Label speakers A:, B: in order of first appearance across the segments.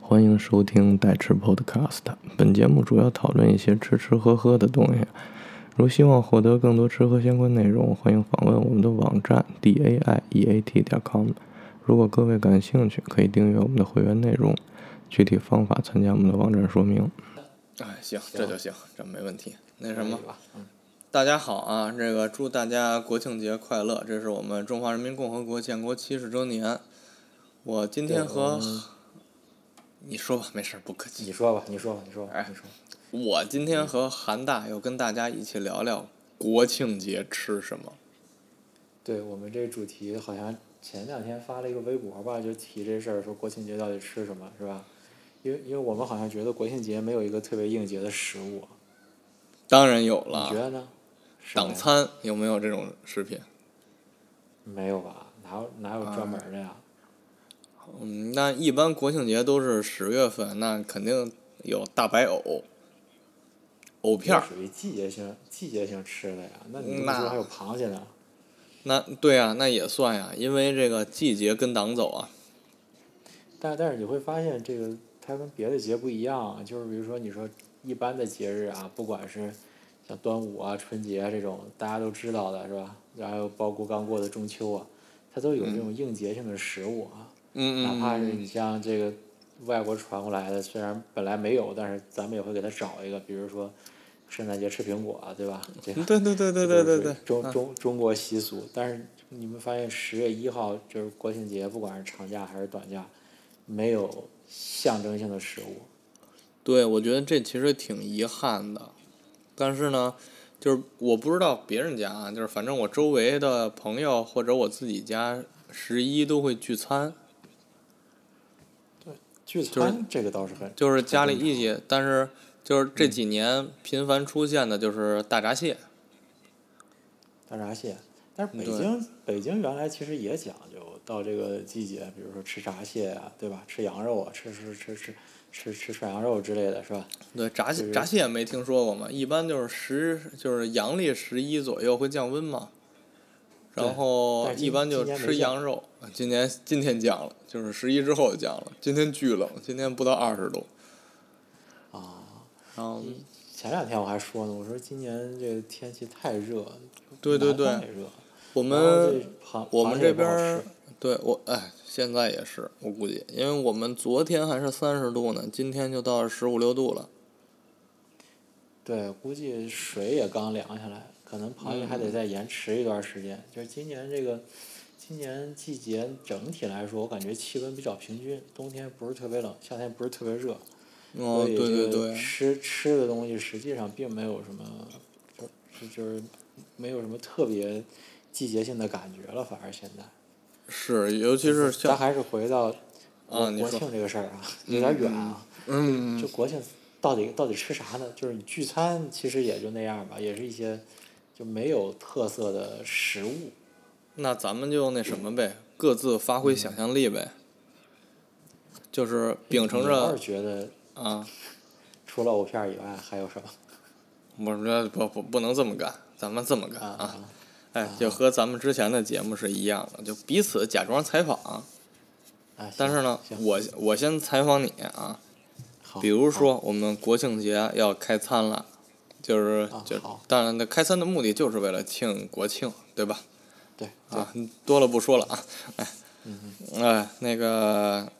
A: 欢迎收听代吃 Podcast。本节目主要讨论一些吃吃喝喝的东西。如希望获得更多吃喝相关内容，欢迎访问我们的网站 d a i e a t 点 com。如果各位感兴趣，可以订阅我们的会员内容，具体方法参加我们的网站说明。哎，行，这就行，这没问题。那什么，大家好啊，这个祝大家国庆节快乐！这是我们中华人民共和国建国七十周年。我今天和你说吧，没事儿，不客气。
B: 你说吧，你说吧，你说吧，
A: 哎
B: 你说吧。
A: 我今天和韩大要跟大家一起聊聊国庆节吃什么。
B: 对我们这主题好像前两天发了一个微博吧，就提这事儿，说国庆节到底吃什么，是吧？因为因为我们好像觉得国庆节没有一个特别应节的食物，
A: 当然有
B: 你
A: 了，
B: 觉得呢？是
A: 啊党
B: 吗
A: 餐有没有这种食品？
B: 没有吧？哪有哪有专门的呀？
A: 啊嗯，那一般国庆节都是十月份，那肯定有大白藕、藕片
B: 这
A: 儿。
B: 属于季节性季节性吃的呀。那你都不
A: 那
B: 说还有螃蟹呢？
A: 那对啊，那也算呀，因为这个季节跟党走啊。
B: 但但是你会发现，这个它跟别的节不一样，就是比如说你说一般的节日啊，不管是像端午啊、春节啊这种大家都知道的是吧？然后包括刚过的中秋啊，它都有这种应节性的食物啊，
A: 嗯
B: 哪
A: 嗯
B: 怕是
A: 嗯
B: 你像这个外国传过来的，虽然本来没有，但是咱们也会给它找一个，比如说圣诞节吃苹果啊，对吧？这个
A: 嗯，对对对对对对对，嗯
B: 中中中国习俗。但是你们发现十月一号就是国庆节，不管是长假还是短假，没有象征性的食物。
A: 对，我觉得这其实挺遗憾的，但是呢，就是我不知道别人家啊，就是反正我周围的朋友或者我自己家十一都会聚餐，
B: 聚餐这个倒是很，
A: 就是家里一起，但是就是
B: 嗯
A: 这几年频繁出现的就是大闸蟹，
B: 大闸蟹。但是北
A: 对
B: 京北京原来其实也讲究，到这个季节，比如说吃闸蟹啊，对吧？吃羊肉啊，吃吃吃吃吃吃涮羊肉之类的是吧？
A: 对，闸
B: 就
A: 蟹
B: 是
A: 闸蟹没听说过嘛，一般就是十就是阳历十一左右会降温嘛，
B: 对
A: 然后
B: 但是
A: 一般就
B: 今年没
A: 吃
B: 降
A: 羊肉，今年今天降了，就是十一之后就降了，今天巨冷，今天不到二十度，
B: 啊，
A: 然后
B: 前两天我还说呢，我说今年这个天气太热，
A: 对对对
B: 南方也热。
A: 我
B: 我
A: 们我
B: 我
A: 们这边儿，对我哎，现在也是，我估计，因为我们昨天还是三十度呢，今天就到十五六度了。
B: 对，估计水也刚凉下来，可能螃蟹还
A: 嗯
B: 得再延迟一段时间。就是今年这个，今年季节整体来说，我感觉气温比较平均，冬天不是特别冷，夏天不是特别热，
A: 哦，
B: 所以
A: 对
B: 这
A: 对
B: 个
A: 对，
B: 吃吃的东西实际上并没有什么，就就是没有什么特别季节性的感觉了，反而现在。
A: 是，尤其是
B: 咱
A: 像
B: 还是回到国
A: 啊你
B: 国
A: 说
B: 庆这个事儿啊，有点远啊。
A: 嗯，
B: 就国庆到底到底吃啥呢？就是你聚餐其实也就那样吧，也是一些就没有特色的食物。
A: 那咱们就那什么呗，各自发挥想象力呗，就是秉承
B: 我
A: 着
B: 是觉得
A: 啊，
B: 除了藕片儿以外还有什么
A: 我说不不不能这么干，咱们这么干
B: 啊
A: 啊，？哎，就和咱们之前的节目是一样的，就彼此假装采访，
B: 啊，
A: 但是呢，
B: 行
A: 我我先采访你啊，
B: 好
A: 比如说，我们国庆节要开餐了，就是
B: 啊
A: 就
B: 好
A: 当然，那开餐的目的就是为了庆国庆，对吧？
B: 对对
A: 啊，多了不说了啊，哎，哎，那个，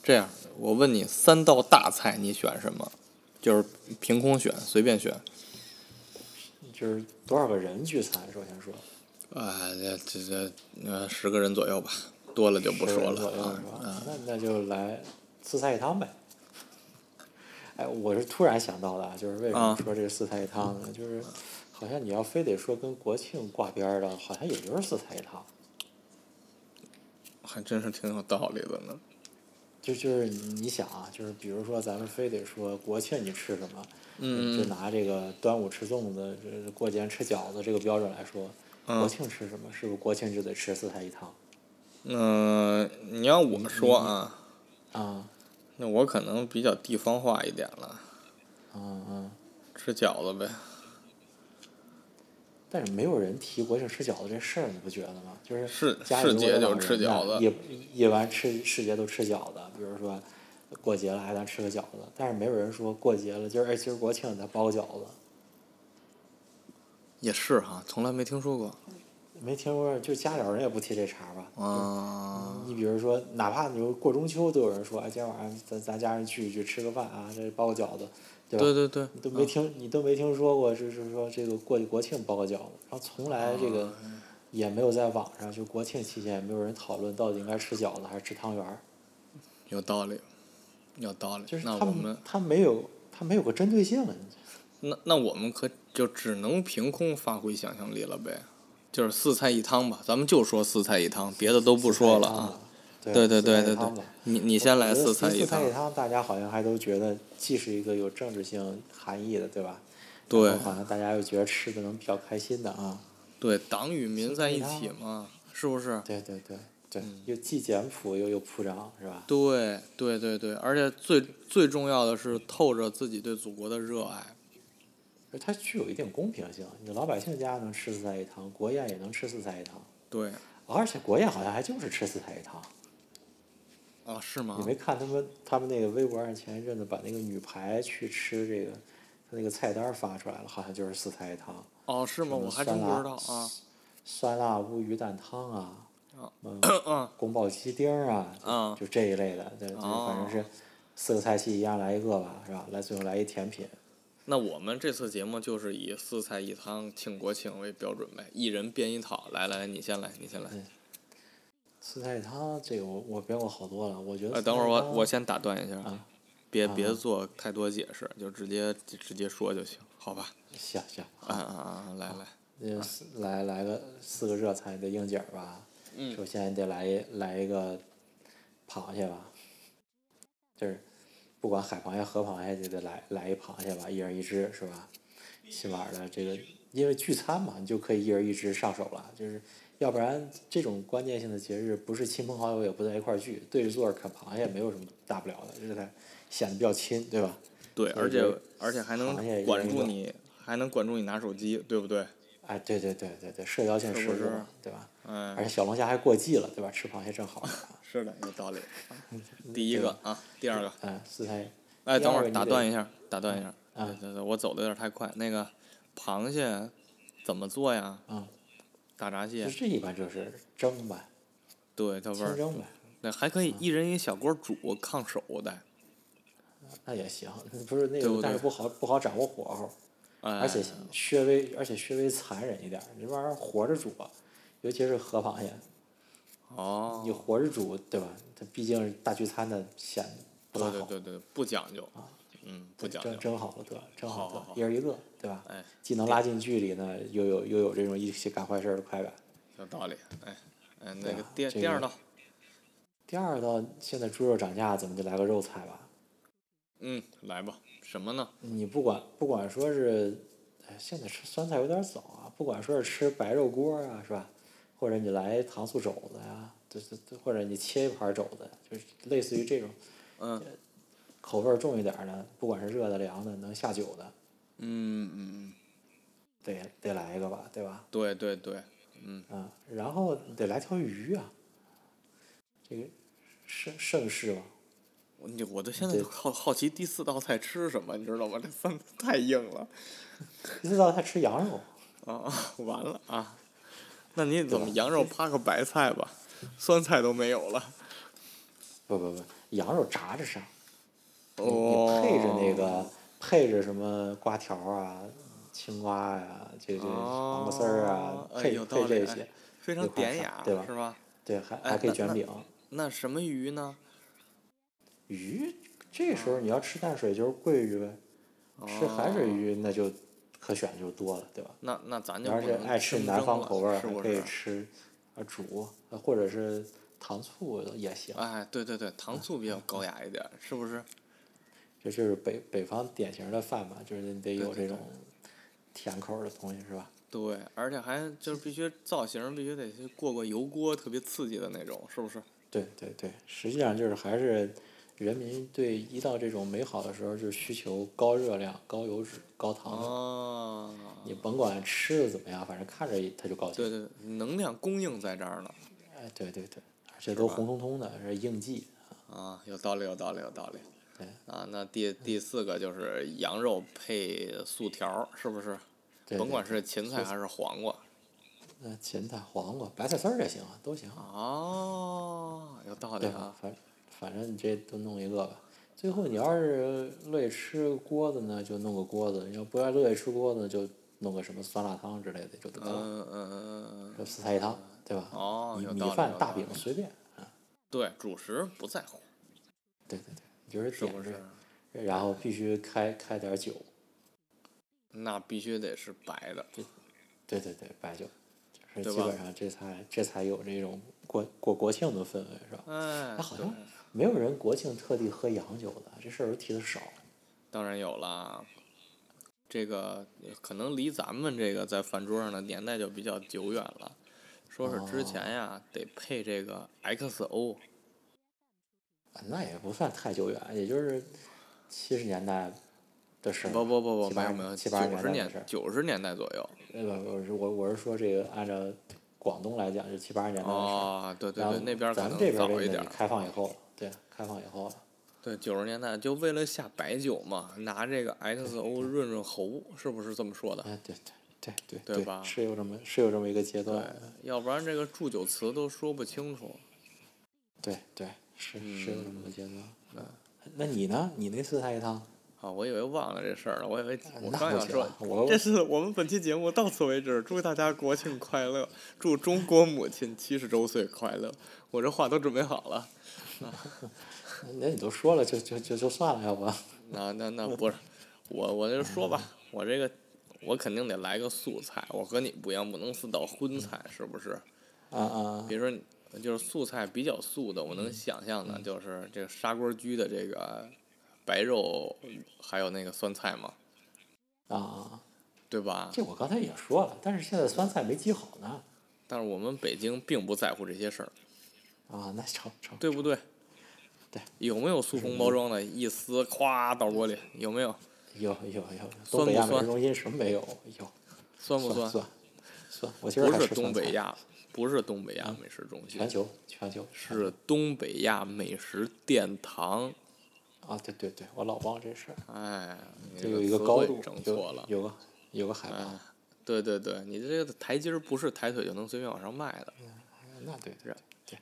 A: 这样，我问你三道大菜，你选什么？就是凭空选，随便选。
B: 就是多少个人聚餐？首先说，
A: 啊，这这这呃，十个人左右吧，多了就不说
B: 十个人左右
A: 了啊
B: 是。吧？那那就来四菜一汤呗。哎，我是突然想到的啊，就是为什么
A: 啊
B: 说这个四菜一汤呢？就是好像你要非得说跟国庆挂边儿的，好像也就是四菜一汤。
A: 还真是挺有道理的呢。
B: 就就是你想啊，就是比如说咱们非得说国庆你吃什么，
A: 嗯
B: 就拿这个端午吃粽子，这过节吃饺子这个标准来说，国庆吃什么？是不是国庆就得吃四菜一汤
A: 嗯、你要我说啊，
B: 啊？
A: 那我可能比较地方化一点了。
B: 嗯嗯，
A: 吃饺子呗。
B: 但是没有人提国庆吃饺子这事儿，你不觉得吗？就是
A: 是
B: 家
A: 是
B: 里如果
A: 节
B: 有
A: 就
B: 老
A: 吃
B: 人呐
A: 饺子
B: 夜夜晚吃世节都吃饺子，比如说过节了还咱吃个饺子，但是没有人说过节了，今儿哎今儿国庆咱包个饺子，
A: 也是哈，从来没听说过
B: 没听说，就家里人也不提这茬儿吧？
A: 啊。
B: 你比如说，哪怕你说过中秋，都有人说，哎，今天晚上咱咱家人聚一聚，吃个饭啊，这包个饺子，对吧？
A: 对对对，
B: 你都没听，你都没听说过，就是说这个过去国庆包个饺子，然后从来这
A: 哦
B: 个也没有在网上，就国庆期间也没有人讨论到底应该吃饺子还是吃汤圆儿，
A: 有道理，有道理。
B: 就是
A: 那
B: 他
A: 我
B: 们
A: 们
B: 他没有他没有个针对性，
A: 那那我们可就只能凭空发挥想象力了呗，就是四菜一汤吧，咱们就说四菜一汤，别的都不说了啊。对
B: 对
A: 对对对
B: 四菜一汤吧
A: 对，你你先来
B: 我觉得
A: 四菜一
B: 四菜
A: 汤，
B: 一汤，大家好像还都觉得既是一个有政治性含义的，对吧？
A: 对
B: 然后好像大家又觉得吃的能比较开心的啊。
A: 对党与民在一
B: 四菜一
A: 起嘛，是不是？
B: 对对对对，
A: 嗯
B: 又既简朴又又铺张，是吧？
A: 对对对对，而且最最重要的是透着自己对祖国的热爱。
B: 而它具有一定公平性，你老百姓家能吃四菜一汤，国宴也能吃四菜一汤，
A: 对
B: 而且国宴好像还就是吃四菜一汤。
A: 啊，是吗
B: 你？没看他们他们那个微博上前一阵子把那个女排去吃这个，他那个菜单发出来了，好像就是四菜一汤。
A: 哦，是吗？
B: 什么
A: 我还真不
B: 酸辣
A: 知道啊。
B: 酸辣乌鱼蛋汤啊，嗯，
A: 嗯
B: 宫保鸡丁儿啊，就
A: 嗯哦
B: 就这一类的，对，就是反正是四个菜系一样来一个吧，是吧？来最后来一甜品，
A: 那我们这次节目就是以四菜一汤庆国庆为标准呗，一人编一套。来来，你先来，你先来。
B: 嗯四菜一汤这个我我编过好多了，我觉得
A: 呃，
B: 四
A: 等会儿
B: 菜一
A: 我
B: 汤
A: 我先打断一下，
B: 啊
A: 别
B: 啊
A: 别做太多解释，就直接直接说就行，好吧？
B: 行行，
A: 啊啊啊！来来，
B: 那四来来个四个热菜的应景儿吧，
A: 嗯
B: 首先得来一来一个螃蟹吧，就是不管海螃蟹、河螃蟹，就得来来一螃蟹吧，一人一只是吧？起码的这个，因为聚餐嘛，你就可以一人一只上手了，就是要不然这种关键性的节日，不是亲朋好友也不在一块儿聚，对着座儿啃螃蟹没有什么大不了的，就是它显得比较亲，对吧？
A: 对，
B: 所以
A: 而且
B: 就是
A: 而且还
B: 螃蟹
A: 能
B: 一
A: 管
B: 人一
A: 住
B: 个
A: 你，还能管住你拿手机，对不对？
B: 哎，对对对对对，社交性
A: 是
B: 十
A: 不
B: 足
A: 是
B: 嘛，对吧？而
A: 哎，
B: 且小龙虾还过季了，对吧？吃螃蟹正好。
A: 是的，有道理。啊第一个啊，第二个，
B: 嗯，四菜
A: 哎，
B: 第
A: 等会
B: 嗯
A: 儿
B: 二个
A: 打
B: 你得
A: 断一下，打断一下。
B: 啊
A: 对对对，我走的有点太快。那个螃蟹怎么做呀？
B: 啊，
A: 大闸
B: 就
A: 蟹，
B: 这一般就是蒸呗，
A: 对，它不
B: 清
A: 是
B: 蒸呗，
A: 那还可
B: 嗯
A: 以一人一小锅煮抗手的，
B: 那也行。不是那
A: 对不对，
B: 个但是不好不好掌握火候，
A: 哎，
B: 而且稍微而且稍微残忍一点，你这玩意儿活着煮啊，尤其是河螃蟹，
A: 哦
B: 你，活着煮对吧？它毕竟是大聚餐的，显得不
A: 对
B: 太
A: 对
B: 好。啊
A: 对对，不讲究，嗯，不讲
B: 蒸
A: 究，
B: 蒸好了得，蒸
A: 好好
B: 了
A: 好
B: 得，一人一个，对吧？
A: 哎，
B: 既能拉近距离呢，又有又有这种一起干坏事儿的快感。
A: 有道理，哎，哎，那
B: 对
A: 个
B: 啊
A: 第
B: 这
A: 第二
B: 个
A: 道，
B: 第二道，现在猪肉涨价，咱们就来个肉菜吧。
A: 嗯，来吧，什么呢？
B: 你不管不管说是，哎，现在吃酸菜有点早啊，不管说是吃白肉锅啊，是吧？或者你来糖醋肘子呀、这这这，或者你切一盘肘子，就是类似于这种
A: 嗯
B: 口味儿重一点儿的，不管是热的凉的，能下酒的，
A: 嗯嗯嗯，
B: 得得来一个吧，对吧？
A: 对对对，嗯，
B: 啊、然后得来条鱼啊，这个盛盛世嘛，
A: 我你我都现在
B: 对
A: 都好好奇第四道菜吃什么，你知道吗？这三太硬了
B: 第四道菜吃羊肉，
A: 啊，完了啊，那你怎么
B: 啊
A: 羊肉扒个白菜吧，酸菜都没有了，
B: 不不不，羊肉炸着上，你
A: 哦，
B: 你配着那个配着什么瓜条啊、青瓜呀、这这黄瓜丝儿啊
A: 哦，哎
B: 配
A: 有道
B: 配
A: 理
B: 这
A: 哎
B: 些，
A: 非常
B: 一块儿
A: 典
B: 上
A: 雅，
B: 对吧
A: 是吧？
B: 对，还
A: 哎
B: 还可以
A: 那
B: 卷
A: 那
B: 饼。
A: 那什么鱼呢？
B: 鱼这时候你要吃淡水就是桂鱼呗，
A: 哦
B: 吃海水鱼那就可选就多了，对吧？
A: 那那咱
B: 你
A: 就
B: 要
A: 不
B: 是
A: 能
B: 爱吃
A: 清
B: 南
A: 蒸
B: 方
A: 了
B: 口味儿，
A: 是
B: 还
A: 不
B: 可以
A: 是？
B: 吃啊煮，呃或者是糖醋也行。
A: 哎，对对对，糖醋比较高雅一点儿，是不是？
B: 这就是北北方典型的饭嘛，就是你得有
A: 对对对
B: 这种甜口儿的东西是吧？
A: 对，而且还就是必须造型必须得是过过油锅，特别刺激的那种，是不是？
B: 对对对，实际上就是还是人民对一到这种美好的时候，就是需求高热量、高油脂、高糖分。
A: 哦，
B: 你甭管吃的怎么样，反正看着他就高兴。
A: 对对，对能量供应在这儿呢。
B: 哎，对对对，而且都
A: 吧
B: 红彤彤的，是应季。
A: 啊、啊，有道理，有道理，有道理
B: 对。
A: 啊，那第第四个就是羊肉配素条儿，是不是？
B: 对
A: 甭
B: 对
A: 管是芹菜还是黄瓜。
B: 那芹菜、黄瓜、白菜丝儿也行啊，都行。
A: 哦，有道理
B: 对
A: 啊
B: 吧？。反反正你这都弄一个吧。最后你要是乐意吃锅子呢，就弄个锅子；要不要乐意吃锅子，就弄个什么酸辣汤之类的就得
A: 嗯
B: 了，
A: 嗯嗯嗯
B: 就
A: 嗯。
B: 四菜一汤，对吧？
A: 哦，
B: 米
A: 有道
B: 米
A: 理。
B: 饭、
A: 有
B: 大
A: 道理
B: 饼随便啊。
A: 对，主食不在乎，
B: 对对对，你就是
A: 是
B: 点
A: 不是？
B: 这，然后必须开开点酒，
A: 那必须得是白的。
B: 对对对，白酒，就是
A: 对
B: 基
A: 吧
B: 本上这才这才有这种过过国庆的氛围，是吧？
A: 哎，
B: 哎好
A: 对
B: 像没有人国庆特地喝洋酒的，这事儿都提的少。
A: 当然有啦。这个可能离咱们这个在饭桌上的年代就比较久远了。说是之前
B: 哦
A: 呀，得配这个 XO，
B: 啊那也不算太久远，也就是七十年代的事儿吧。
A: 不不不不，没
B: 七八
A: 有没有，
B: 七
A: 九
B: 八
A: 十
B: 十年代的事
A: 年
B: 儿
A: 九十年代左右。
B: 呃，不我是我我是说这个按照广东来讲，就七八十年代的事儿。
A: 哦，对对
B: 然后
A: 对，那边儿可
B: 咱们这
A: 能
B: 边儿
A: 早
B: 这
A: 一
B: 个
A: 点
B: 也
A: 儿。
B: 开放以后了，对，开放以后了，
A: 对，九十年代就为了下白酒嘛，拿这个 XO 润润喉，是不是这么说的？
B: 哎，对对对
A: 对吧
B: 是有这么是有这么一个阶
A: 对
B: 段，，
A: 要不然这个祝酒词都说不清楚。
B: 对对是是有这么个阶段。
A: 嗯
B: 那你呢？你那四菜一汤？
A: 啊，我以为忘了这事儿了，我以为我
B: 那
A: 刚
B: 不
A: 想
B: 行
A: 说
B: 啊，我
A: 这是我们本期节目到此为止，祝大家国庆快乐，祝中国母亲七十周岁快乐。我这话都准备好了，
B: 那你都说了，就就就就算了，啊要不？
A: 那那那不是，我我就说吧，
B: 嗯
A: 我这个我肯定得来个素菜，我和你不一样，不能四道荤菜，
B: 嗯
A: 是不是？
B: 啊啊
A: 比如说就是素菜比较素的，
B: 嗯
A: 我能想象的就是这个砂锅居的这个白肉，还有那个酸菜嘛，
B: 啊啊！
A: 对吧？
B: 这我刚才也说了，但是现在酸菜没挤好呢。
A: 但是我们北京并不在乎这些事儿。
B: 啊，那成成
A: 对不对？
B: 对，
A: 有没有塑封包装的？一撕，咵倒锅里，有没有？
B: 有有有，
A: 酸
B: 东
A: 不
B: 北亚美食
A: 酸
B: 中心什么没有？有
A: 酸不酸？
B: 酸酸酸，我今儿
A: 不
B: 还
A: 是
B: 吃
A: 东
B: 酸菜
A: 北，亚，不是东北亚美食中心
B: 全，球全球
A: 是东北亚美食殿堂。
B: 啊，对对对，我老忘这事儿，
A: 哎，你这
B: 就有一
A: 个
B: 个
A: 词
B: 高
A: 汇
B: 度
A: 整，错
B: 有
A: 了。
B: 有个有个海
A: 哎
B: 拔，，
A: 对对对，你这个台阶儿不是抬腿就能随便往上迈的。
B: 那对对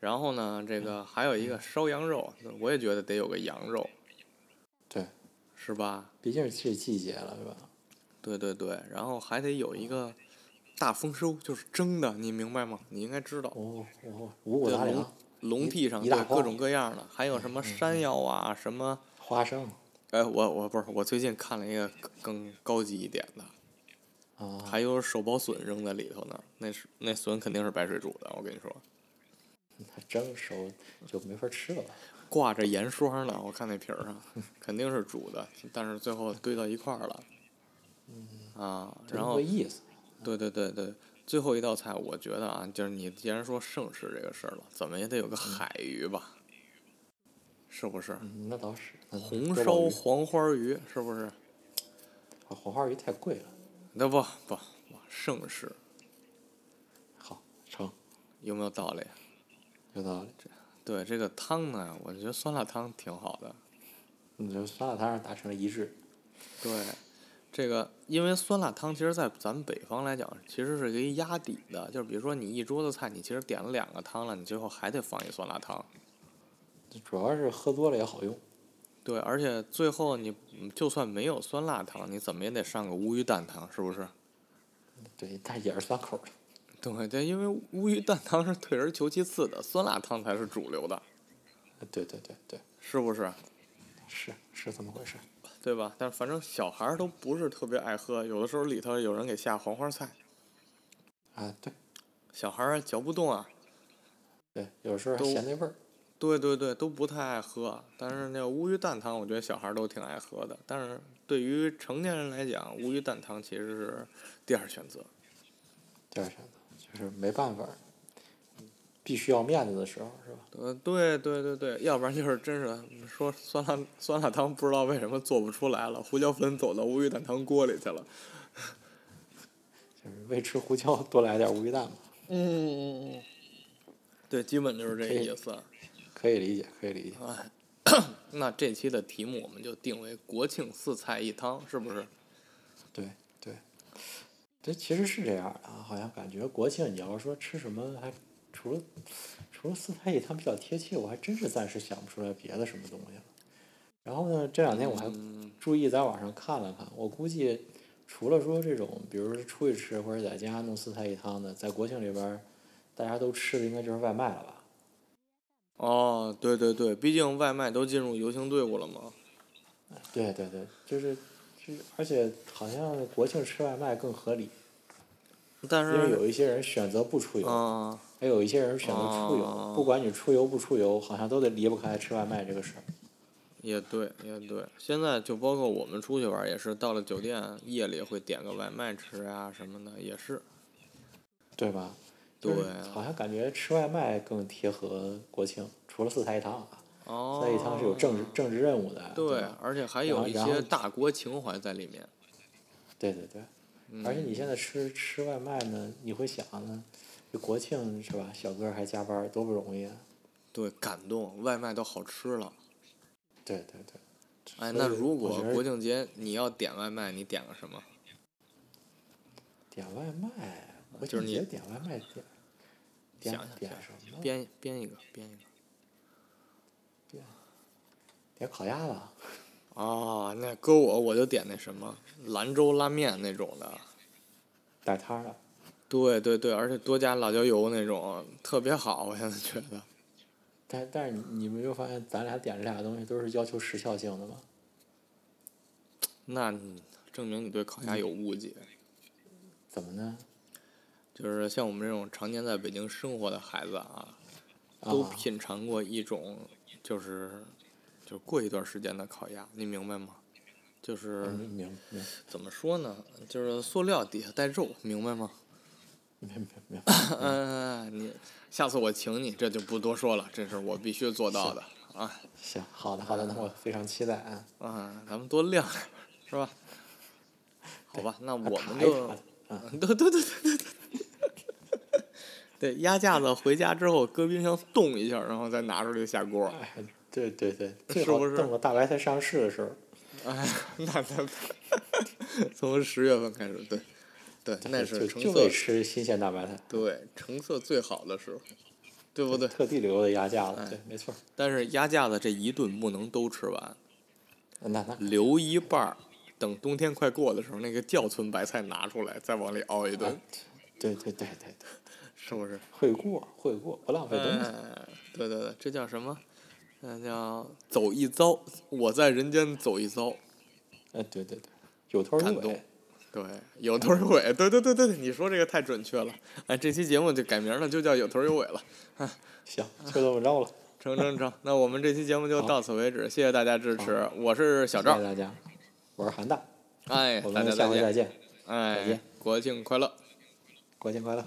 A: 然后呢，这个还有一个烧羊肉，我也觉得得有个羊肉，
B: 对，
A: 是吧？
B: 毕竟是季节了是吧？
A: 对对对，然后还得有一个大丰收，就是蒸的，你明白吗？你应该知道。
B: 哦哦，五谷
A: 对
B: 杂
A: 笼
B: 粮、
A: 笼
B: 一
A: 屉上
B: 一
A: 对
B: 大嗯
A: 各
B: 筐
A: 种各样的，还有什么山药啊，什么
B: 花生
A: 哎，我我不是我最近看了一个更高级一点的，
B: 啊，
A: 还有手剥笋扔在里头呢，那是那笋肯定是白水煮的，我跟你说，
B: 它蒸熟就没法吃了。
A: 挂着盐霜呢，我看那皮儿 上肯定是煮的，但是最后堆到一块儿了，
B: 嗯
A: 啊，
B: 就
A: 然
B: 那
A: 后
B: 个意思，
A: 对对对对，最后一道菜我觉得啊，就是你既然说盛世这个事儿了，怎么也得有个海鱼吧，是不是？
B: 嗯那倒是。那倒是
A: 红
B: 多
A: 烧
B: 宝
A: 黄花鱼是不是？
B: 鱼红花鱼太贵了，
A: 那不不不盛世
B: 好成
A: 有没有道理？
B: 有道理。
A: 对这个汤呢，我觉得酸辣汤挺好的。
B: 你就酸辣汤上达成了一致，
A: 对，这个因为酸辣汤其实，在咱们北方来讲，其实是可以压底的。就是比如说你一桌子菜，你其实点了两个汤了，你最后还得放一酸辣汤。
B: 主要是喝多了也好用。
A: 对，而且最后你嗯就算没有酸辣汤，你怎么也得上个乌鱼蛋汤，是不是？
B: 对，但也是酸口儿的。
A: 对对，因为乌鱼蛋汤是退而求其次的，酸辣汤才是主流的，
B: 对对对对，
A: 是不是？
B: 是是这么回事儿。
A: 对吧？但是反正小孩儿都不是特别爱喝，有的时候里头有人给下黄花菜，
B: 啊，对
A: 小孩儿嚼不动啊。
B: 对，有时候还
A: 都
B: 嫌那味儿。
A: 对对对，都不太爱喝。但是那个乌鱼蛋汤，我觉得小孩儿都挺爱喝的。但是对于成年人来讲，乌鱼蛋汤其实是第二选择。
B: 第二选择就是没办法儿，必须要面子的时候是吧？
A: 呃，对对对对，要不然就是真是说酸辣酸辣汤不知道为什么做不出来了，胡椒粉走到乌鱼蛋汤锅里去了。
B: 就是为吃胡椒 多来点儿乌鱼蛋嘛，
A: 嗯，对，基本就是这
B: 嗯可以
A: 意思。
B: 可可以理解，可以理解。
A: 那这期的题目我们就定为国庆四菜一汤，是不是？
B: 对对，这其实是这样的啊，好像感觉国庆你要说吃什么还，除了除了四菜一汤比较贴切，我还真是暂时想不出来别的什么东西了。然后呢，这两天我还
A: 嗯，
B: 注意在网上看了看，我估计除了说这种，比如说出去吃或者在家弄四菜一汤的，在国庆里边儿大家都吃的应该就是外卖了吧？
A: 哦，对对对，毕竟外卖都进入游行队伍了嘛。
B: 对对对，就是，就是，而且好像国庆吃外卖更合理，
A: 但
B: 因为
A: 是，
B: 有一些人选择不出游，
A: 嗯，
B: 还有一些人选择出游。
A: 哦
B: 不管你出游不出游，好像都得离不开吃外卖这个事儿。
A: 也对，也对。现在就包括我们出去玩儿，也是到了酒店夜里会点个外卖吃啊什么的，也是。
B: 对吧？
A: 对啊
B: 就是好像感觉吃外卖更贴合国庆，除了四菜一汤啊，
A: 哦
B: 四。菜一汤是有政治政治任务的，对
A: 对啊
B: 吧，
A: 而且还
B: 然
A: 有
B: 后
A: 一
B: 然后
A: 些大国情怀在里面。
B: 对对对，
A: 嗯、
B: 而且你现在吃吃外卖呢，你会想呢，这国庆是吧？小哥还加班，多不容易啊！
A: 对感动，外卖都好吃了。
B: 对对对。
A: 哎，
B: 所
A: 那
B: 以
A: 如
B: 我
A: 果
B: 觉得
A: 国庆节你要点外卖，你点个什么？
B: 点外卖，我
A: 就是
B: 总
A: 你
B: 觉得点外卖点点
A: 想想
B: 点
A: 想
B: 什么？
A: 编编一个，编一个。
B: 点烤鸭吧。
A: 哦，那搁我我就点那什么兰州拉面那种的，
B: 打摊儿了。
A: 对对对，而且多加辣椒油那种特别好，我现在觉得。
B: 但但是你没有发现咱俩点这俩东西都是要求时效性的吗？
A: 那你证明你对烤鸭有误解，
B: 怎么呢？
A: 就是像我们这种常年在北京生活的孩子啊，
B: 啊
A: 都品尝过一种，就是就过一段时间的烤鸭，你明白吗？就是
B: 嗯明明明
A: 怎么说呢，就是塑料底下带肉，明白吗？
B: 明明明，
A: 嗯、你下次我请你，这就不多说了，这是我必须做到的啊
B: 行，好的好的，那我非常期待啊。
A: 啊！咱们多亮亮，是吧？好吧，那我
B: 查
A: 们
B: 一
A: 就
B: 查啊，
A: 对对对对对对，对鸭架子回家之后搁冰箱冻一下，然后再拿出来下锅。
B: 哎，对对对，最
A: 是
B: 好
A: 不是
B: 等到大白菜上市的时候，
A: 哎，那咱从十月份开始，对对，那
B: 就是就
A: 成
B: 就
A: 色
B: 得吃新鲜大白菜，
A: 对成色最好的时候，对不对？
B: 特地留的鸭架子，
A: 哎
B: 对，没错儿。
A: 但是鸭架子这一顿不能都吃完，
B: 那那
A: 留一半儿，等冬天快过的时候，那个窖存白菜拿出来，再往里熬一顿
B: 啊，对对对对对，
A: 是不是？
B: 会过会过，不浪费东西。
A: 哎，对对对，这叫什么？那叫走一遭，我在人间走一遭。
B: 哎，对对对，有头有
A: 感
B: 尾
A: 动。对，有头有尾，对对对对对，你说这个太准确了。哎，这期节目就改名了，就叫有头有尾了。
B: 行，就这么着了，
A: 成成 成，那我们这期节目就
B: 好
A: 到此为止，谢谢大家支持，我是小
B: 谢
A: 赵
B: 谢，大家，我是韩大，
A: 哎，
B: 我
A: 大
B: 们
A: 家
B: 下
A: 再
B: 回再
A: 见，
B: 见，再
A: 哎
B: 见，
A: 国庆快乐。
B: 国庆快乐。